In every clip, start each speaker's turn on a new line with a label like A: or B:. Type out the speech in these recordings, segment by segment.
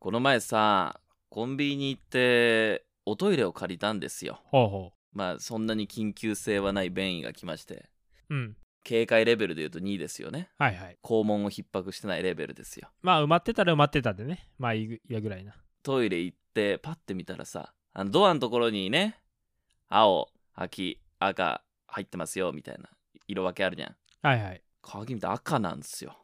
A: この前さ、コンビニ行っておトイレを借りたんですよ。
B: ほうほ
A: まあそんなに緊急性はない便意が来まして、
B: う。うん。
A: 警戒レベルで言うと2ですよね。
B: はいはい。
A: 肛門を逼迫してないレベルですよ。
B: まあ埋まってたら埋まってたでね。まあいいぐいやぐらいな。
A: トイレ行ってパッて見たらさ、あのドアのところにね、青、秋、赤入ってますよみたいな色分けあるじゃん。
B: はいはい。
A: 鍵見たら赤なんですよ。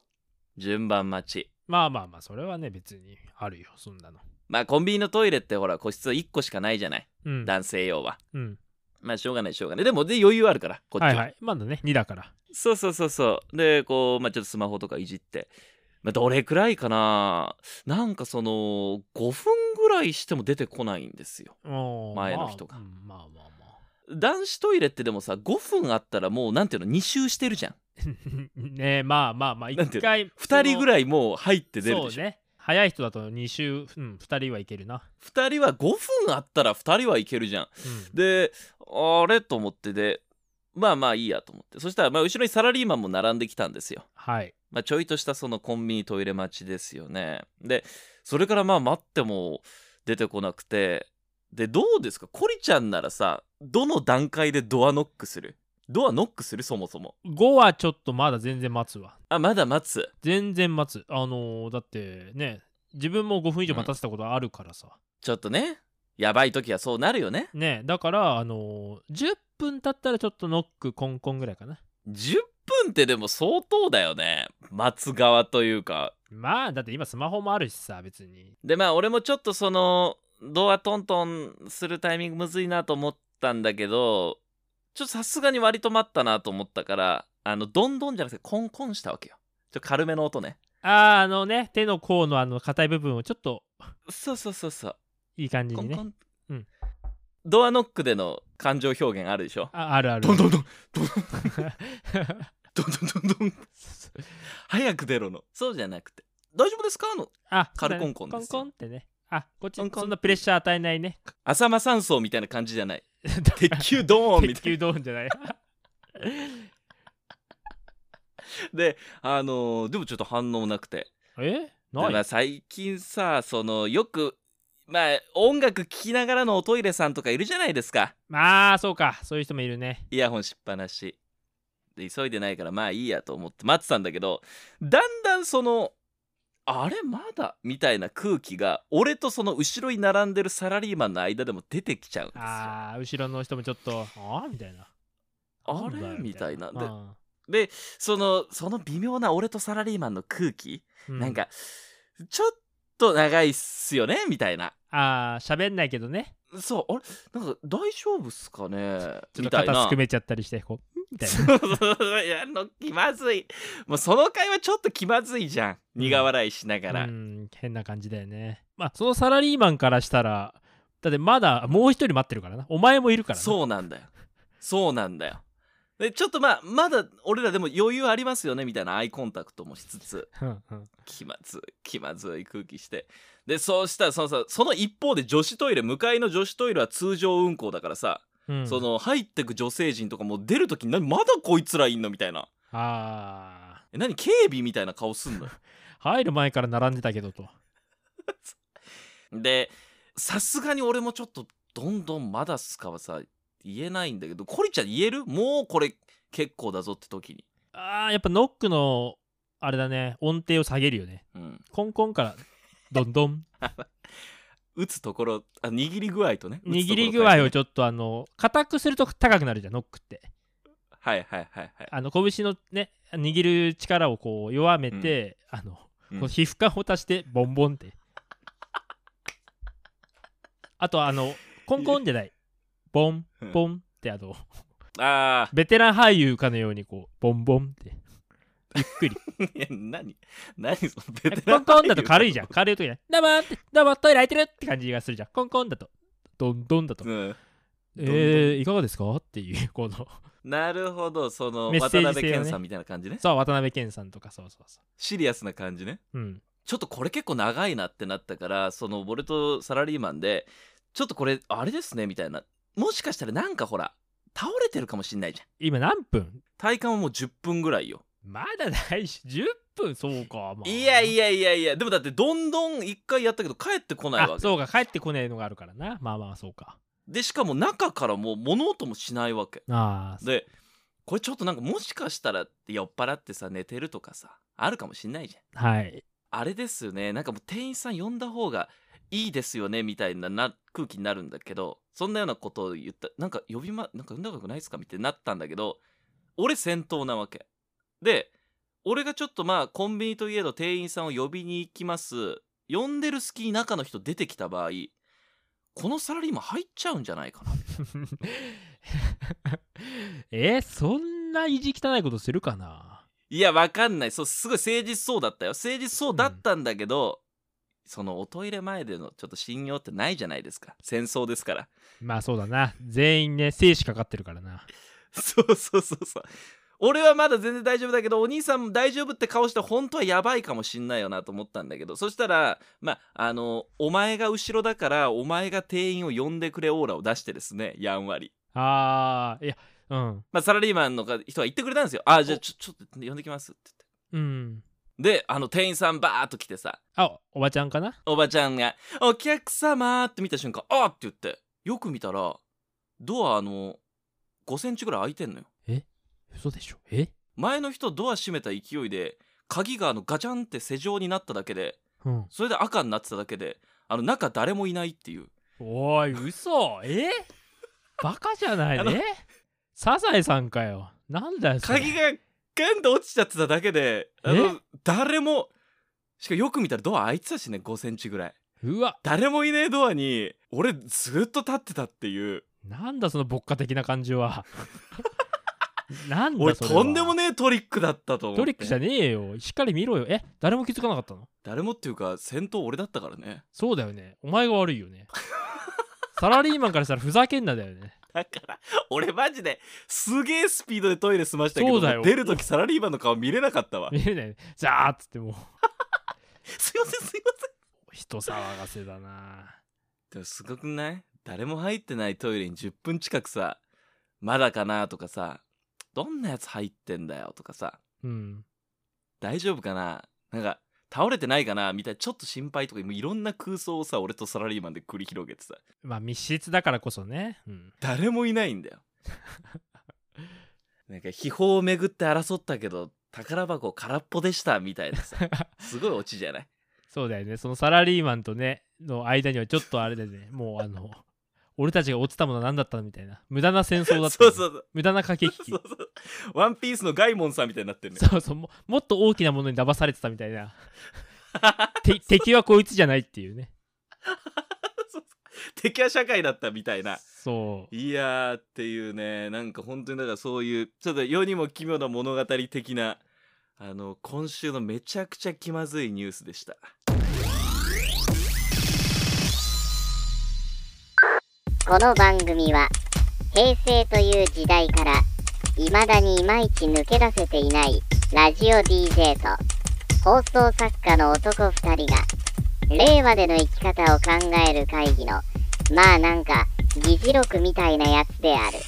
A: 順番待ち。
B: まあまあまあ、それはね、別にあるよ、そんなの。
A: まあコンビニのトイレってほら個室1個しかないじゃない。
B: うん。
A: 男性用は。
B: うん。
A: まあしょうがないしょうがない。でもで余裕あるから、こっちは。
B: はいはい。まだね、2だから。
A: そうそうそうそう。で、こう、まあ、ちょっとスマホとかいじって。まあ、どれくらいかななんかその、5分ぐらいしても出てこないんですよ。
B: おー
A: 前の人が
B: まあうんまあまあまあ。
A: 男子トイレってでもさ、5分あったらもう、なんていうの、2周してるじゃん。
B: ねまあ まあまあ、
A: なんてい
B: 1
A: うの
B: 回。
A: 2人ぐ
B: い
A: らいもう入って出る
B: そう
A: でしょ。
B: ね。早い人だと2週、うん、2人はいけるな。
A: 2人は5分あったら2人はいけるじゃん。
B: うん。
A: で、あれと思ってで、まあまあいいやと思って。そしたら、まあ、後ろにサラリーマンも並んできたんですよ。
B: はい。
A: まあ、ちょいとしたそのコンビニトイレ待ちですよね。で、それからまあ待っても出てこなくて、で、どうですかコリちゃんならさ、どの段階でドアノックするドアノックするそもそも。
B: 5はちょっとまだ全然待つわ。
A: あ、まだ待つ。
B: 全然待つ。あのーだってね、自分も5分以上待たせたことあるからさ。
A: ちょっとね、やばい時はそうなるよね。
B: ねだからあのー10分経ったらちょっとノックコンコンぐらいかな
A: 10分ってでも相当だよね。待つ側というか。
B: まあだって今スマホもあるしさ別に
A: で、まあ俺もちょっとその、ドアトントンするタイミングむずいなと思ったんだけど、ちょっとさすがに割と待ったなと思ったから、あの、どんどんじゃなくてコンコンしたわけよ。ちょっと軽めの音ね。
B: あああのね手の甲のあの硬い部分をちょっと
A: そうそうそうそう。
B: いい感じ
A: コ
B: に
A: ン
B: ね
A: コン。
B: うん
A: ドアノックでの感情表現あるでしょ。
B: ああるある
A: どんどんどん、どんどんどんどんどん。早く出ろの。そうじゃなくて。大丈夫ですかあの、
B: あ
A: カルコンコン
B: そ
A: で
B: うだね
A: すよ
B: コンコンってねあこっち
A: コンコン
B: そんなプレッシャー与えないね
A: 浅間山荘みたいな感じじゃない。鉄球ドーンみ
B: 鉄
A: たいな。
B: 球ドーンじゃない
A: で、あのーでもちょっと反応なくて。
B: え
A: でま
B: な
A: あ
B: い
A: 最近さそのよくまあ音楽聴きながらのおトイレさんとかいるじゃないですか
B: まあそうかそういう人もいるね
A: イヤホンしっぱなしで急いでないからまあいいやと思って待ってたんだけどだんだんそのあれまだみたいな空気が俺とその後ろに並んでるサラリーマンの間でも出てきちゃうんですよあ
B: あー後ろの人もちょっとああみたいななんだよ
A: れみたいなで
B: あ
A: そのその微妙な俺とサラリーマンの空気、
B: ーう
A: なんかちょっと長いっすよねみたいな
B: ああ喋んないけどね
A: そうあれなんか大丈夫っすかね
B: ちょ
A: み
B: ったと
A: いな
B: 肩すくめちゃったりしてこうみたいな
A: そうそうそういやあの気まずいもうその会話ちょっと気まずいじゃん苦笑いしながら、
B: うん変な感じだよねまあそのサラリーマンからしたらだってまだもう一人待ってるからなお前もいるからな
A: そうなんだよそうなんだよでちょっとまあまだ俺らでも余裕ありますよねみたいなアイコンタクトもしつつ
B: うんうん
A: 気まずい気まずい空気してでそうしたらそのさその一方で女子トイレ向かいの女子トイレは通常運行だからさ、
B: うん
A: その入ってく女性陣とかもう出る時に何まだこいつらいんのみたいな
B: あ
A: え何警備みたいな顔すん のよ
B: ー入る前から並んでたけどと
A: でさすがに俺もちょっとどんどんまだっすかはさ言えないんだけどコリちゃん言えるもうこれ結構だぞって時に
B: あーやっぱノックのあれだね音程を下げるよね
A: うん
B: コンコンからどん どん
A: 打つところあ握り具合とね
B: 握り具合を
A: ょ
B: ちょっとあの硬くすると高くなるじゃんノックって
A: はいはいはいはい
B: あの拳のね握る力をこう弱めて、あの、
A: うん
B: こう皮膚感を足してボンボンって あとあのコンコンじゃないボンボンってあの
A: あ
B: ベテラン俳優かのようにこうボンボンってゆっくり
A: ー いや何何そのベテ
B: コ
A: ラン
B: ンコンだと軽いじゃ
A: ん
B: ん軽い時ねどうもーってどうもトイレ空いてるって感じがするじゃんコンコンだとどんどんだと、
A: うん
B: えー、いかがですかっていうこの
A: なるほどその、
B: メッセ
A: 渡
B: ージ性をね
A: 辺謙さんみたいな感じね
B: そう渡辺謙さんとかそうそうそ
A: シリアスな感じね
B: ううん
A: ちょっとこれ結構長いなってなったからその俺とサラリーマンでちょっとこれあれですねみたいなもしかしたらなんかほら倒れてるかもしんないじゃん
B: 今何分
A: 体感はもう10分ぐらいよ
B: まだ大丈夫10分そうか、まあ、
A: いやい
B: や
A: やいやいやでもだってどんどん一回やったけど帰ってこない
B: あ
A: わけ
B: そうか帰ってこねえのがあるからなまあまあそうか
A: でしかも中からもう物音もしないわけ
B: ああ
A: でこれちょっとなんかもしかしたら酔っ払ってさ寝てるとかさあるかもしんないじゃん
B: はい
A: あれですよねなんかもう店員さん呼んだ方がいいですよねみたいなな空気になるんだけどそんなようなことを言ったなんか呼びまなんか呼んだ方がよくないですかみたいになったんだけど俺先頭なわけで俺がちょっとまあコンビニといえど店員さんを呼びに行きます呼んでる隙に中の人出てきた場合このサラリーマン入っちゃうんじゃないかな
B: えそんな意地汚いことするかない
A: やわかんないそうすごい誠実そうだったよ誠実そうだったんだけど、そのおトイレ前でのちょっと信用ってないじゃないですか戦争ですから
B: まあそうだな全員ね生死かかってるからな
A: そうそうそうそう。俺はまだ全然大丈夫だけどお兄さんも大丈夫って顔して本当はやばいかもしんないよなと思ったんだけどそしたらまああのお前が後ろだからお前が店員を呼んでくれオーラを出してですねやんわり、
B: あーいやうん
A: まあ、サラリーマンのか人が言ってくれたんですよ「あじゃあちょちょっと呼んできます」って
B: うん
A: 言ってであの店員さんバーッと来てさ
B: あおばちゃんかな
A: おばちゃんが「お客様」って見た瞬間「あっ!」って言ってよく見たらドアあの5センチぐらい開いてんのよ
B: 嘘でしょえ
A: 前の人ドア閉めた勢いで鍵があのガチャンって施錠になっただけで
B: うん
A: それで赤になってただけであの中誰もいないっていう
B: おい嘘えバカじゃな
A: あ
B: い
A: の
B: ねサザエさんかよなんだよそれ
A: 鍵がガンと落ちちゃってただけであの誰もしかもよく見たらドア開いてたしね5センチぐらいう
B: わ
A: 誰もいねえドアに俺ずっと立ってたっていう
B: なんだその牧歌的な感 じはなん
A: 俺
B: だそれは
A: とんでもねえトリックだったと思って
B: トリックじゃねえよしっかり見ろよえ誰も気づかなかったの
A: 誰もっていうか先頭俺だったからね
B: そうだよねお前が悪いよねサラリーマンからしたらふざけんなだよね
A: だから俺マジですげえスピードでトイレ済ましたけ
B: そ
A: ど
B: うだよ
A: 出る時サラリーマンの顔見れなかったわ
B: 見えないザーっつってもう
A: すいませんすいません
B: 人騒がせだな
A: でもすごくない誰も入ってないトイレに10分近くさまだかなとかさどんなやつ入ってんだよとかさ
B: うん
A: 大丈夫かななんか倒れてないかなみたいなちょっと心配とかもういろんな空想をさ俺とサラリーマンで繰り広げてさ
B: まあ密室だからこそね、うん、
A: 誰もいないん だよなんか秘宝をめぐって争ったけど宝箱空っぽでしたみたいなさすごいオチじゃ ない
B: そうだよねそのサラリーマンとねの間にはちょっとあれだよねもうあの俺たちが落ちたものは何だったのみたいな無駄な戦争だった
A: そ
B: よ
A: う
B: ね
A: そうそう
B: 無駄な駆け引き
A: そうそうワンピースのガイモンさんみたいになってるね
B: そうそうももっと大きなものに騙されてたみた いなて敵はこいつじゃないっていうね
A: 敵は社会だったみたいな
B: そう
A: いやーっていうねなんか本当にだからそういうちょっと世にも奇妙な物語的なあの今週のめちゃくちゃ気まずいニュースでした
C: この番組は平成という時代から未だにいまいち抜け出せていないラジオ DJ と放送作家の男2人が令和での生き方を考える会議のまあなんか議事録みたいなやつである。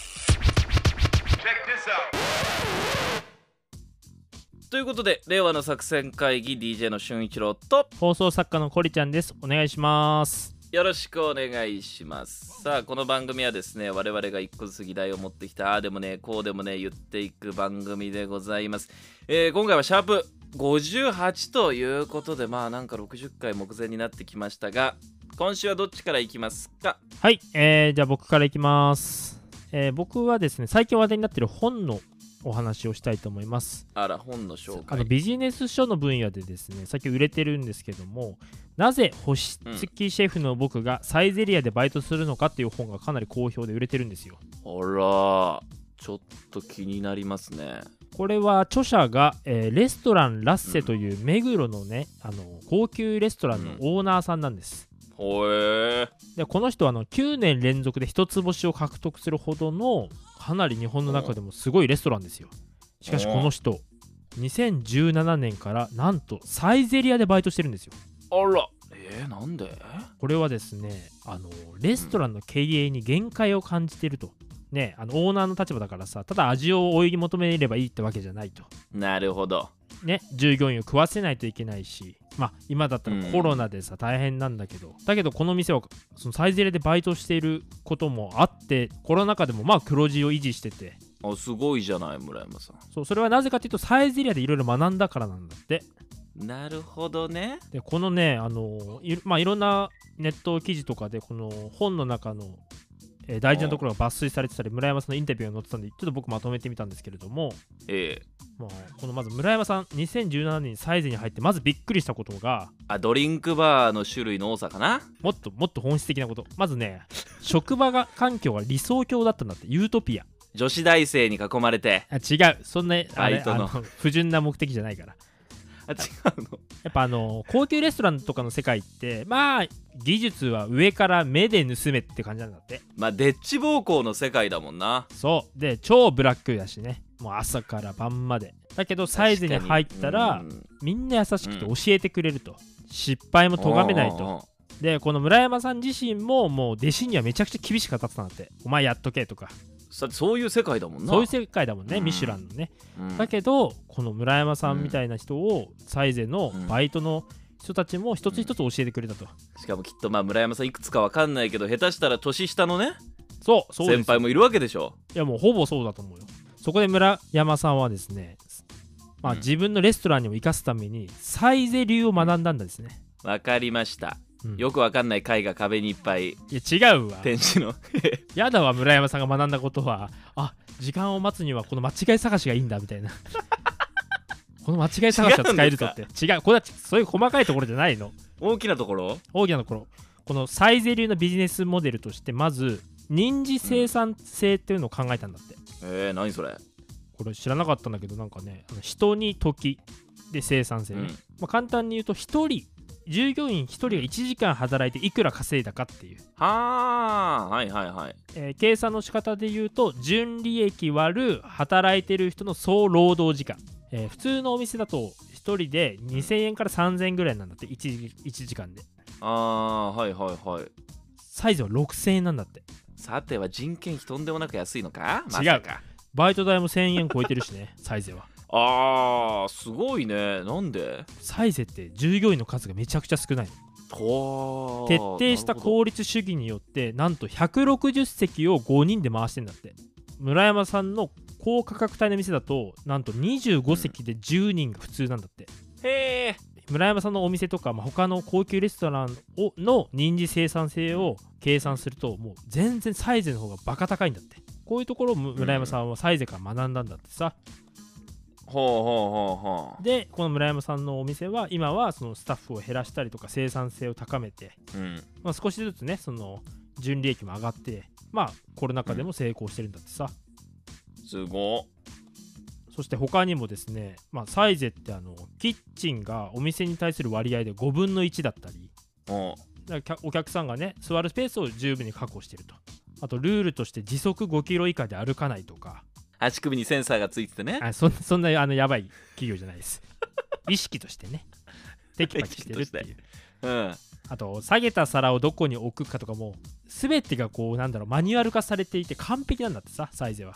A: ということで令和の作戦会議 DJ の俊一郎と
B: 放送作家のコリちゃんですお願いします
A: よろしくお願いしますさあこの番組はですね我々が一個ずつ議題を持ってきたああでもねこうでもね言っていく番組でございます、えー今回はシャープ58ということでまあなんか60回目前になってきましたが今週はどっちからいきますか
B: はい、えー、じゃあ僕からいきます、えー僕はですね最近話題になってる本のお話をしたいと思います
A: あら本の紹
B: あの
A: 介
B: ビジネス書の分野でですね最近売れてるんですけどもなぜ星付きシェフの僕がサイゼリアでバイトするのかっていう本がかなり好評で売れてるんですよ
A: あらちょっと気になりますね
B: これは著者が、えーレストランラッセという目黒のね、あの高級レストランのオーナーさんなんです、
A: ほえ
B: でこの人はあの9年連続で一つ星を獲得するほどのかなり日本の中でもすごいレストランですよしかしこの人2017年からなんとサイゼリアでバイトしてるんですよ
A: あらえー、なんで
B: これはですねあのレストランの経営に限界を感じているとねあのオーナーの立場だからさただ味を追い求めればいいってわけじゃないと
A: なるほど
B: ね従業員を食わせないといけないしまあ今だったらコロナでさ、大変なんだけどだけどこの店はそのサイゼリヤでバイトしていることもあってコロナ禍でもまあ黒字を維持してて
A: あすごいじゃない村山さ
B: そうそれはなぜかっていうとサイゼリヤでいろいろ学んだからなんだって
A: んなるほどね
B: でこのねあのい,、まあ、いろんなネット記事とかでこの本の中の、えー大事なところが抜粋されてたり村山さんのインタビューが載ってたんでちょっと僕まとめてみたんですけれども、
A: ええ
B: まあ、このまず村山さん2017年にサイズに入ってまずびっくりしたことが
A: あドリンクバーの種類の多さかな
B: もっともっと本質的なことまずね職場が環境が理想郷だったんだってユートピア
A: 女子大生に囲まれて
B: あ違うそんなあれ
A: バイトの
B: あの不純な目的じゃないから
A: あ違うの
B: やっぱあの高級レストランとかの世界ってまあ技術は上から目で盗めって感じなんだって
A: まあでっち奉公の世界だもんな
B: そうで超ブラックだしねもう朝から晩までだけどサイズに入ったら
A: 確かに
B: みんな優しくて教えてくれると、失敗も咎めない
A: うんうん
B: と
A: うん
B: でこの村山さん自身ももう弟子にはめちゃくちゃ厳しく語ってたんだってお前やっとけとか
A: さそういう世界だもんな
B: そういう世界だもんね、
A: うん
B: ミシュランのね
A: うん
B: だけどこの村山さんみたいな人をサイゼのバイトの人たちも一つ一つ教えてくれたと、
A: しかもきっとまあ村山さんいくつかわかんないけど下手したら年下のね
B: そうそうです
A: 先輩もいるわけでしょ
B: いやもうほぼそうだと思うよそこで村山さんはですね、まあ、
A: うん
B: 自分のレストランにも生かすためにサイゼ流を学んだんですね、
A: わかりました
B: うん
A: よくわかんない絵が壁にいっぱい
B: いや違うわ
A: 展示の
B: やだわ村山さんが学んだことはあ時間を待つにはこの間違い探しがいいんだみた いなこの間違い探しは使えるぞって違うこれはそういう細かいところじゃないの
A: 大きなところ
B: 大きなところこのサイゼ流のビジネスモデルとしてまず人事生産性っていうのを考えたんだって、
A: えー、何それ、
B: これ知らなかったんだけどなんかねあの人に時で生産性
A: う
B: ね、
A: ん
B: ま、あ、簡単に言うと1人従業員1人が1時間働いていくら稼いだかっていう、
A: はあはいはいはい
B: えー計算の仕方で言うと純利益割る働いてる人の総労働時間、えー普通のお店だと1人で2000円から3000円ぐらいなんだって 1, 時間で
A: あーはいはいはい
B: サイズは6000円なんだって
A: さては人件費とんでもなく安いのかまさ
B: 違う
A: か
B: バイト代も1000円超えてるしね サイゼは
A: あーすごいねなんで
B: サイゼって従業員の数がめちゃくちゃ少ないの
A: と
B: 徹底した効率主義によってなんと160席を5人で回してんだって村山さんの高価格帯の店だとなんと25席で10人が普通なんだって、
A: へえ
B: 村山さんのお店とか、まあ、他の高級レストランをの人事生産性を計算するともう全然サイゼの方がバカ高いんだってこういうところをむ村山さんはサイゼから学んだんだってさ、
A: ほうほうほうほ
B: でこの村山さんのお店は今はそのスタッフを減らしたりとか生産性を高めて
A: う、うん、
B: まあ、少しずつねその純利益も上がってまあコロナ禍でも成功してるんだってさ、
A: すごっ
B: そして他にもですね、まあ、サイゼってあのキッチンがお店に対する割合で5分の1だったり
A: うん
B: だからお客さんがね座るスペースを十分に確保してるとあとルールとして時速5キロ以下で歩かないとか
A: 足首にセンサーがついててね
B: あそんそんなあのやばい企業じゃないです意識としてねテキパキしてるってい
A: 意識とし
B: う
A: うん
B: あと下げた皿をどこに置くかとかも全てがこうなんだろうマニュアル化されていて完璧なんだってさサイゼは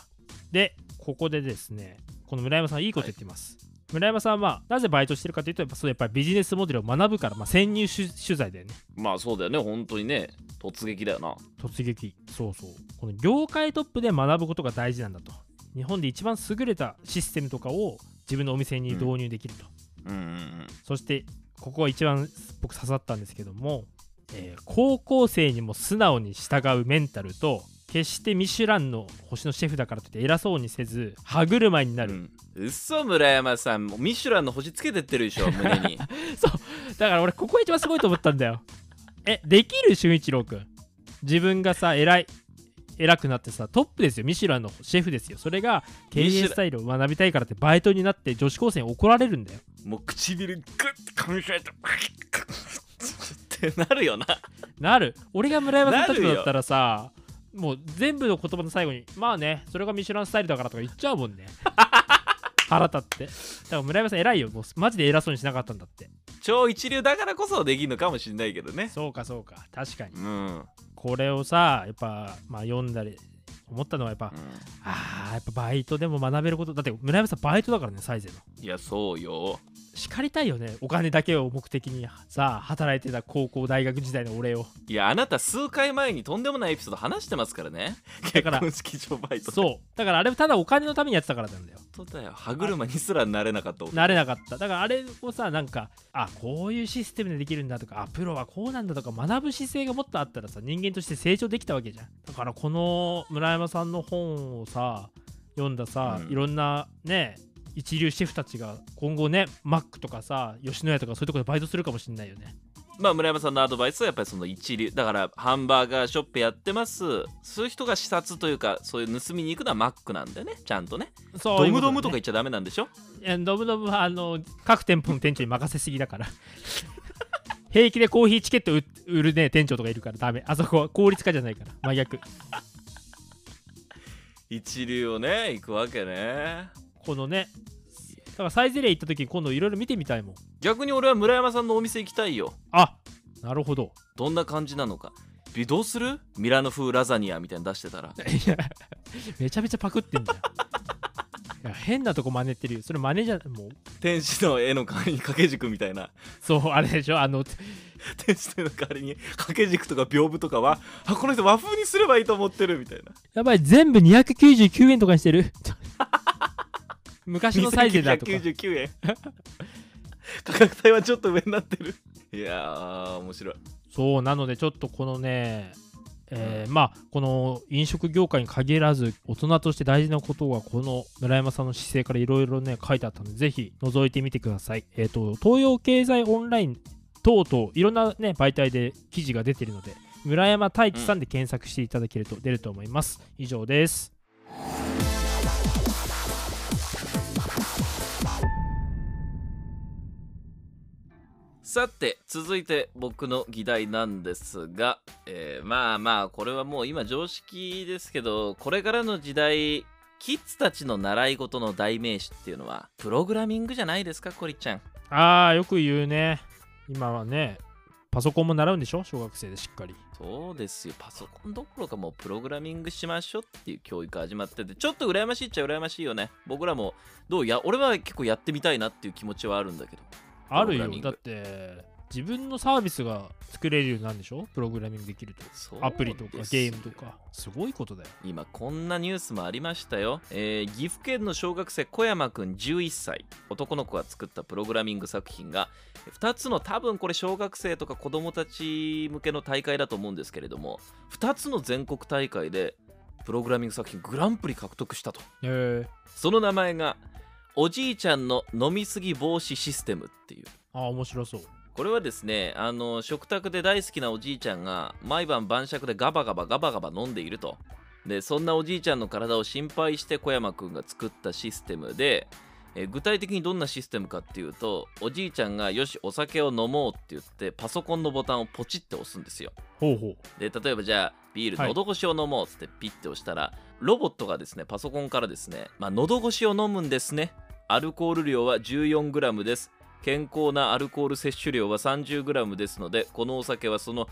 B: でここでですねこの村山さんいいこと言ってます、村山さんはなぜバイトしてるかというとやっぱそうやっぱりビジネスモデルを学ぶから、まあ、潜入取取材だよね
A: まあそうだよね本当にね突撃だよな
B: 突撃そうそうこの業界トップで学ぶことが大事なんだと日本で一番優れたシステムとかを自分のお店に導入できると、
A: うんうん
B: そしてここが一番僕刺さったんですけども、えー高校生にも素直に従うメンタルと決してミシュランの星のシェフだからといって偉そうにせず歯車にな
A: う
B: る、
A: んうっそ村山さんミシュランの星つけてってるでしょ胸 に
B: だから俺ここが一番すごいと思ったんだよ えできる俊一郎くん自分がさ偉い偉くなってさトップですよミシュランのシェフですよそれが経営
A: ミシュラン
B: スタイルを学びたいからってバイトになって女子高生に怒られるんだよ
A: もう唇グッと噛みしめてってなるよな
B: なる俺が村山さんたち
A: なる
B: だ
A: よ
B: ったらさもう全部の言葉の最後にまあねそれがミシュランスタイルだからとか言っちゃう もんね腹立ってだから村山さん偉いよもうマジで偉そうにしなかったんだって
A: 超一流だからこそできるのかもしれないけどね
B: そうかそうか確かに
A: うん
B: これをさやっぱ、まあ、読んだり思ったのはやっぱ、
A: う
B: あーやっぱバイトでも学べることだって村山さんバイトだからねサイゼの
A: んいやそうよ
B: 叱りたいよねお金だけを目的にさ働いてた高校大学時代の 俺を
A: いやあなた数回前にとんでもないエピソード話してますからね
B: だから
A: 結婚式場バイト
B: そうだからあれはただお金のためにやってたからなんだよ
A: 本当だよ歯車にすらなれなかった
B: 慣れなかっただからあれをさなんかあこういうシステムでできるんだとかあプロはこうなんだとか学ぶ姿勢がもっとあったらさ人間として成長できたわけじゃんだからこの村山さんの本をさ読んださ、
A: うん
B: いろんなね一流シェフたちが今後ねマックとかさ吉野家とかそういうとこでバイトするかもしんないよね
A: まあ村山さんのアドバイスはやっぱりその一流だからハンバーガーショップやってますそういう人が視察というかそういう盗みに行くのはマックなんだよねちゃんとね
B: そう
A: ド
B: いう
A: ム
B: こ
A: ド
B: だね
A: ムとか言っちゃダメなんでしょ
B: いやドムドムはあの各店舗の店長に任せすぎだから 平気でコーヒーチケット売売るね店長とかいるからダメあそこは効率化じゃないから真逆
A: 一流をね行くわけね
B: このねだからサイゼリア行った時今度いろいろ見てみたいもん
A: 逆に俺は村山さんのお店行きたいよ
B: あなるほど
A: どんな感じなのか微動するミラノ風ラザニアみたいに出してたら
B: いやめちゃめちゃパクってん じゃんいや変なとこ真似てるよそれ真似じゃもう
A: 天使の絵の代わりに掛け軸みたいな
B: そうあれでしょあの
A: 天使の絵の代わりに掛け軸とか屏風とかはあこの人和風にすればいいと思ってるみたいな
B: やばい全部299円とかにして る昔のサイゼだとか
A: 2999円 価格帯はちょっと上になってるいやー面白い
B: そうなのでちょっとこのね、えーまあこの飲食業界に限らず大人として大事なことがこの村山さんの姿勢からいろいろね書いてあったのでぜひ覗いてみてください。えっ、と東洋経済オンライン等々いろんなね媒体で記事が出てるので村山太一さんで検索していただけると出ると思います。以上です。
A: さて続いて僕の議題なんですが、えーまあまあこれはもう今常識ですけどこれからの時代キッズたちの習い事の代名詞っていうのはプログラミングじゃないですかコリちゃん
B: ああよく言うね今はねパソコンも習うんでしょ小学生でしっかり。
A: そうですよパソコンどころかもうプログラミングしましょうっていう教育が始まっててちょっと羨ましいっちゃ羨ましいよね僕らもどうや俺は結構やってみたいなっていう気持ちはあるんだけど
B: あ
A: プ
B: るよ
A: ログラミング
B: だって自分のサービスが作れるようになるんでしょプログラミングできるとアプリとかゲームとかすごいことだよ
A: 今こんなニュースもありましたよ、えー岐阜県の小学生小山くん11歳男の子が作ったプログラミング作品が2つの多分これ小学生とか子供たち向けの大会だと思うんですけれども2つの全国大会でプログラミング作品グランプリ獲得したと
B: へえ
A: その名前がおじいちゃんの飲みすぎ防止システムっていう
B: あ面白そう
A: これはですねあの食卓で大好きなおじいちゃんが毎晩晩酌でガバガバガバガバ飲んでいるとでそんなおじいちゃんの体を心配して小山くんが作ったシステムでえー具体的にどんなシステムかっていうとおじいちゃんがよしお酒を飲もうって言ってパソコンのボタンをポチって押すんですよ
B: ほうほう
A: で例えばじゃあビール
B: はい
A: 喉越しを飲もうっつってピッて押したら、ロボットがですねパソコンからですね、まあ、喉越しを飲むんですねアルコール量は 14g です健康なアルコール摂取量は 30g ですのでこのお酒はその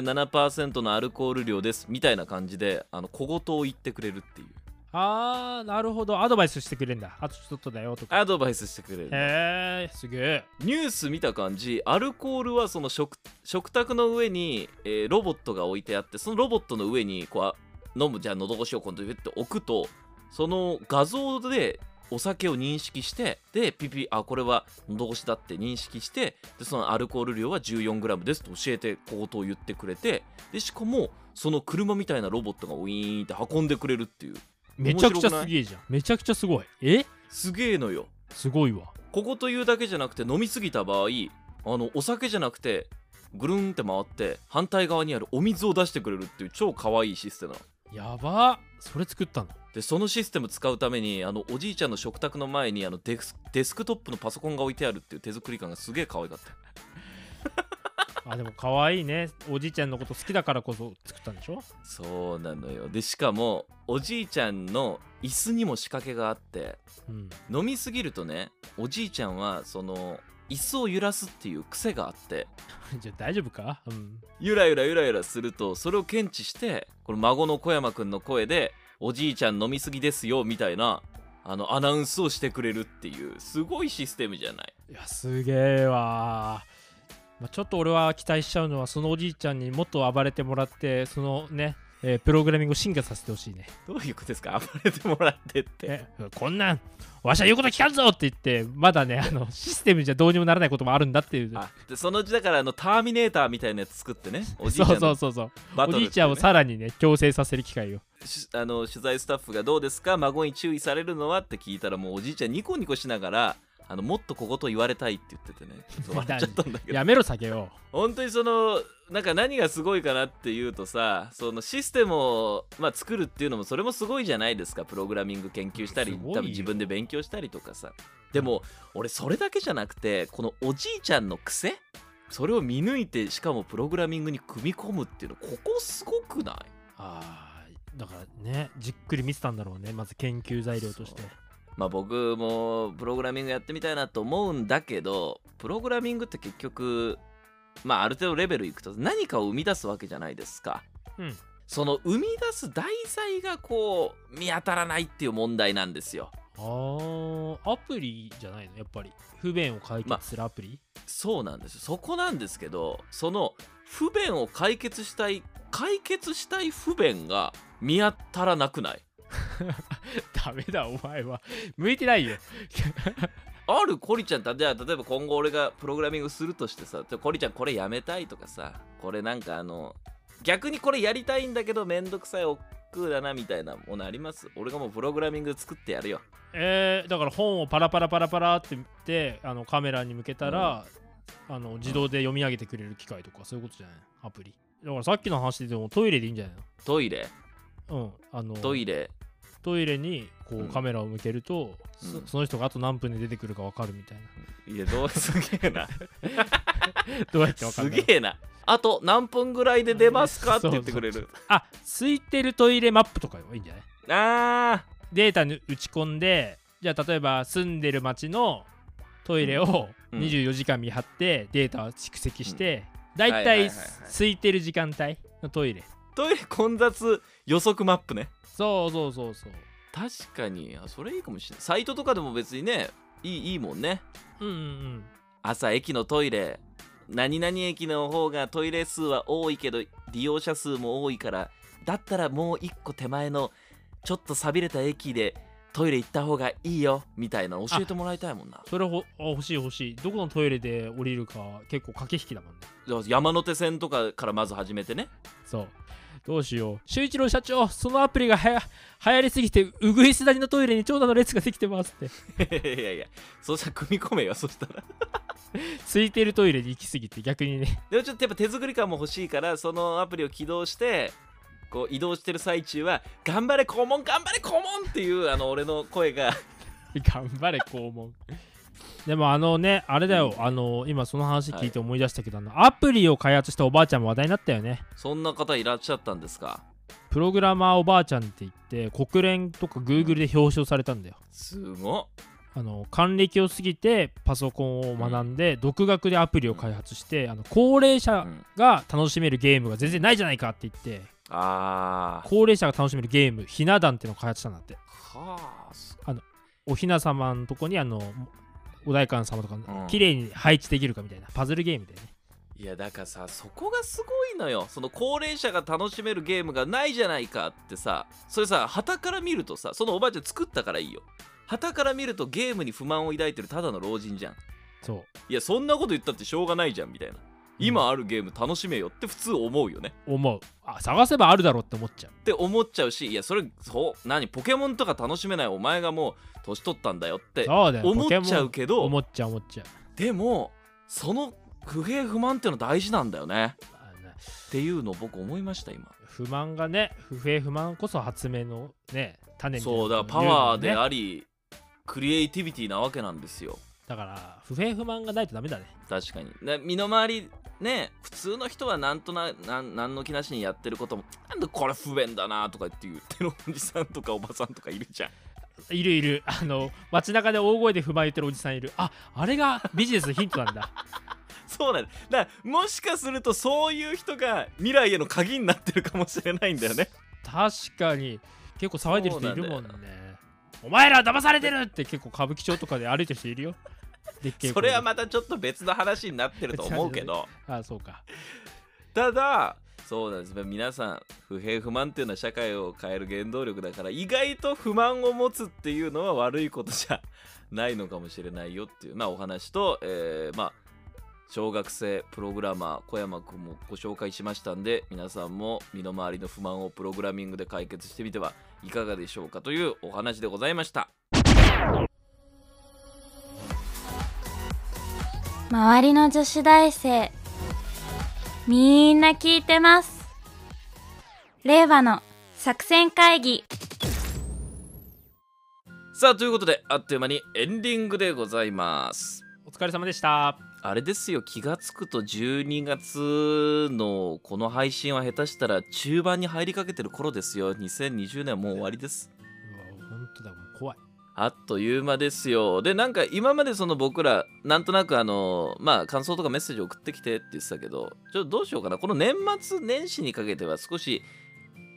A: 47%のアルコール量ですみたいな感じであの小言を言ってくれるっていう
B: あーなるほどアドバイスしてくれるんだあとちょっとだよとか
A: アドバイスしてくれる
B: へえすげえ
A: ニュース見た感じアルコールはその食食卓の上に、えーロボットが置いてあってそのロボットの上にこうあ飲むじゃあ喉越しを今度って置くとその画像でお酒を認識してでピピあこれは喉越しだって認識してでそのアルコール量は 14g ですと教えて小言を言ってくれてでしかもその車みたいなロボットがウィーンって運んでくれるっていう
B: めちゃくちゃ
A: 面白くない
B: すげえじゃんめちゃくちゃすごいえ
A: すげえのよ
B: すごいわ
A: ここというだけじゃなくて飲みすぎた場合あのお酒じゃなくてぐるんって回って反対側にあるお水を出してくれるっていう超可愛いシステムなの
B: やばそれ作ったの
A: でそのシステム使うためにあのおじいちゃんの食卓の前にあのデスデスクトップのパソコンが置いてあるっていう手作り感がすげえ可愛かった
B: あでも可愛いねおじいちゃんのこと好きだからこそ作ったんでしょ
A: そうなのよでしかもおじいちゃんの椅子にも仕掛けがあって
B: うん
A: 飲みすぎるとねおじいちゃんはその椅子を揺らすっていう癖があって
B: じゃあ大丈夫かうん
A: ゆらゆらゆらゆらするとそれを検知してこの孫の小山くんの声で「おじいちゃん飲みすぎですよみたいなあのアナウンスをしてくれるっていうすごいシステムじゃない
B: いやすげえわまあ、ちょっと俺は期待しちゃうのはそのおじいちゃんにもっと暴れてもらってそのね、えープログラミングを進化させてほしいね
A: どういうことですか 暴れてもらってって
B: えこんなんわしは言うこと聞かんぞって言ってまだねあのシステムじゃどうにもならないこともあるんだっていう
A: あでそのうちだからあのターミネーターみたいなやつ作ってねおじいち
B: そ
A: ゃ
B: うんそ
A: の
B: うそうそう
A: バ
B: お
A: トルっていうね
B: じいちゃんをさらにね強制させる機会を
A: しあの取材スタッフがどうですか孫に注意されるのはって聞いたらもうおじいちゃんニコニコしながらあのもっと小言言われたいって言っててねちょっと笑っちゃったんだけど
B: やめろ酒を
A: 本当にそのなんか何がすごいかなっていうとさそのシステムを、まあ、作るっていうのもそれもすごいじゃないですかプログラミング研究したり
B: すごいよ
A: 多分自分で勉強したりとかさでも俺それだけじゃなくてこのおじいちゃんの癖それを見抜いてしかもプログラミングに組み込むっていうのここすごくない
B: あーだからねじっくり見てたんだろうねまず研究材料として
A: そうまあ、僕もプログラミングやってみたいなと思うんだけどプログラミングって結局、まあ、ある程度レベルいくと何かを生み出すわけじゃないですか。
B: うん
A: その生み出す題材がこう見当たらないっていう問題なんですよ。
B: あーアプリじゃないのやっぱり不便を解決するアプリ、
A: そうなんですよそこなんですけどその不便を解決したい解決したい不便が見当たらなくない
B: ダメだお前は向いてないよ
A: あるコリちゃんたじゃあ例えば今後俺がプログラミングするとしてさでコリちゃんこれやめたいとかさこれなんかあの逆にこれやりたいんだけどめんどくさい億劫だなみたいなものあります俺がもうプログラミング作ってやるよ
B: えー、だから本をパラパラパラパラって見てあのカメラに向けたら、あの自動で読み上げてくれる機械とかそういうことじゃないアプリだからさっきの話ででもトイレでいいんじゃない
A: トイレ
B: のうんあの
A: トイレ
B: トイレにこ
A: うん
B: うカメラを向けると、そ
A: うん
B: その人があと何分で出てくるか分かるみたい
A: いやどうすげえな
B: などうやって分か
A: す
B: る
A: げえなあと何分ぐらいで出ますかって言ってくれる
B: あ空いてるトイレマップとかいいんじゃない
A: あー
B: データに打ち込んでじゃあ例えば住んでる町のトイレを
A: うん
B: 24時間見張ってデータを蓄積して、だい
A: は
B: た
A: いはいはいい
B: 空いてる時間帯のトイレ
A: トイレ混雑予測マップね
B: そうそうそうそう
A: 確かにあそれいいかもしれないサイトとかでも別にねいいいいもんね
B: うんうんうん
A: 朝駅のトイレ何々駅の方がトイレ数は多いけど利用者数も多いからだったらもう一個手前のちょっと寂れた駅でトイレ行った方がいいよみたいなの教えてもらいたいもんな
B: それほあ欲しい欲しいどこのトイレで降りるか結構駆け引きだもんね
A: だから山手線とかからまず始めてね
B: そうどうしよう周一郎社長そのアプリがはや流行りすぎてうぐいす谷のトイレに長蛇の列ができてますって
A: いやいやいやそしたら組み込めよそしたら
B: 空いてるトイレに行きすぎて逆にね
A: でもちょっとやっぱ手作り感も欲しいからそのアプリを起動してこう移動してる最中は「頑張れ肛門頑張れ肛門!」っていうあの俺の声が
B: 頑張れ肛門でもあのねあれだよ、あの今その話聞いて思い出したけど、あのアプリを開発したおばあちゃんも話題になったよね
A: そんな方いらっしゃったんですか
B: プログラマーおばあちゃんって言って国連とか Google で表彰されたんだよ
A: すごっ
B: あの還暦を過ぎてパソコンを学んで、独学でアプリを開発してあの高齢者
A: うん
B: が楽しめるゲームが全然ないじゃないかって言って
A: あ
B: 高齢者が楽しめるゲームひな壇っていうのを開発したんだって
A: ーはあす
B: おひな様のとこにあのお代官様とか
A: ん
B: 綺麗に配置できるかみたいなパズルゲームでね
A: いやだからさそこがすごいのよその高齢者が楽しめるゲームがないじゃないかってさそれさ旗から見るとさそのおばあちゃん作ったからいいよ旗から見るとゲームに不満を抱いてるただの老人じゃん
B: そう
A: いやそんなこと言ったってしょうがないじゃんみたいな今あるゲーム楽しめよって普通思うよね
B: 思うあ探せばあるだろうって思っちゃう
A: って思っちゃうしいやそれそう何ポケモンとか楽しめないお前がもう年取ったんだよって
B: そうだよ
A: 思っちゃう
B: ポ
A: け
B: ケモン
A: ど
B: 思っちゃう思っちゃう
A: でもその不平不満っていうの大事なんだよね
B: あの
A: っていうのを僕思いました今
B: 不満がね不平不満こそ発明のね種みたいな
A: そうだからパワーでありクリエイティビティなわけなんですよ
B: だから不平不満がないとダメだね
A: 確かにで身の回りね普通の人はなんとななんなんの気なしにやってることもなんでこれ不便だなとかって言ってるおじさんとかおばさんとかいるじゃん
B: いるいるあの街中で大声で不満言ってるおじさんいるああれがビジネスのヒント なんだ
A: そうなんだだからもしかするとそういう人が未来への鍵になってるかもしれないんだよね
B: 確かに結構騒いでる人いるもんねお前ら騙されてるって結構歌舞伎町とかで歩いてる人いるよでっけえ
A: それは
B: ま
A: またちょっと別の話になってると思うけど
B: あそうか
A: ただそうなんです皆さん不平不満っていうのは社会を変える原動力だから意外と不満を持つっていうのは悪いことじゃないのかもしれないよっていう、まあ、お話と、えーまあ小学生プログラマー小山君もご紹介しましたんで皆さんも身の回りの不満をプログラミングで解決してみてはいかがでしょうかというお話でございました
D: 周りの女子大生みんな聞いてます令和の作戦会議
A: さあということであっという間にエンディングでございます
B: お疲れ様でした
A: あれですよ気がつくと12月のこの配信は下手したら中盤に入りかけてる頃ですよ2020年はもう終わりです
B: うわ本当だもう怖い
A: あっという間ですよでなんか今までその僕らなんとなくあのまあ感想とかメッセージ送ってきてって言ってたけどちょっとどうしようかなこの年末年始にかけては少し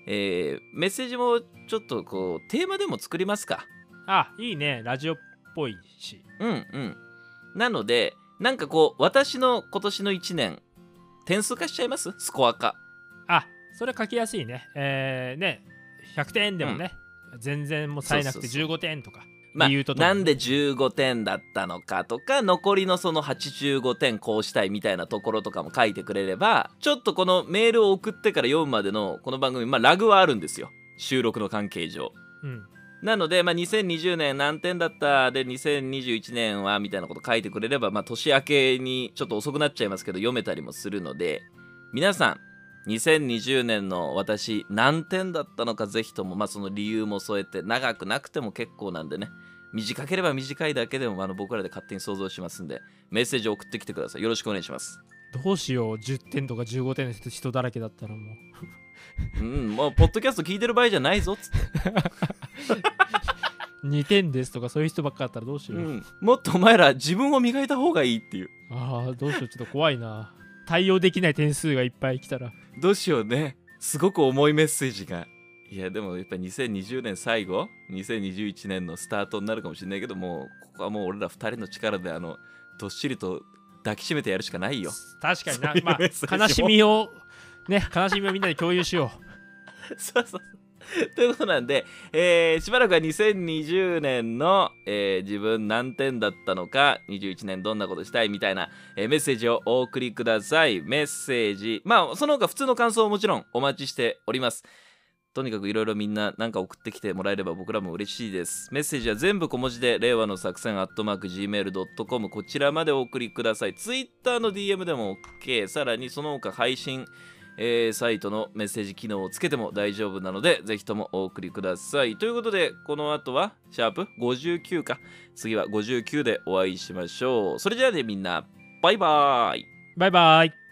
A: えーメッセージもちょっとこうテーマでも作りますか
B: あいいねラジオっぽいし
A: うんうんなのでなんかこう私の今年の1年点数化しちゃいますスコア化
B: あそれ書きやすいねえー、ね100点でもね、全然もうさえなくて
A: そうそう
B: 15点とか
A: まあ、
B: 理由とともに
A: なんで15点だったのかとか残りのその85点こうしたいみたいなところとかも書いてくれればちょっとこのメールを送ってから読むまでのこの番組、まあ、ラグはあるんですよ収録の関係上
B: うん
A: なので、まあ、2020年何点だったで2021年はみたいなこと書いてくれれば、まあ、年明けにちょっと遅くなっちゃいますけど読めたりもするので皆さん2020年の私何点だったのかぜひとも、まあ、その理由も添えて長くなくても結構なんでね短ければ短いだけでもあの僕らで勝手に想像しますんでメッセージを送ってきてくださいよろしくお願いします
B: どうしよう10点とか15点の人人だらけだったらもう
A: うんもうポッドキャスト聞いてる場合じゃないぞっつって、
B: 2点ですとかそういう人ばっかだったらどうしよ
A: う
B: う、
A: ん、もっとお前ら自分を磨いた方がいいっていう
B: ああどうしようちょっと怖いな対応できない点数がいっぱい来たら
A: どうしようね。すごく重いメッセージが。いや、でもやっぱ2020年最後、2021年のスタートになるかもしれないけど、もう、ここはもう俺ら二人の力で、あの、どっしりと抱きしめてやるしかないよ。
B: 確かにな
A: そういう
B: ま
A: メッセージ
B: あ
A: も
B: 悲しみをね悲しみをみんなで共有しよ
A: そうそうそう。ということなんで、えーしばらくは2020年の、えー自分何点だったのか、21年どんなことしたいみたいな、えーメッセージをお送りください。メッセージ、まあ、その他普通の感想ももちろんお待ちしております。とにかくいろいろみんななんか送ってきてもらえれば僕らも嬉しいです。メッセージは全部小文字で、令和の作戦アットマーク Gmail.com こちらまでお送りください。Twitter の DM でも OK。さらにその他配信、えーサイトのメッセージ機能をつけても大丈夫なので、ぜひともお送りください。ということで、この後は、シャープ59か。次は59でお会いしましょう。それじゃあね、みんな、バイバーイ。
B: うバイバイ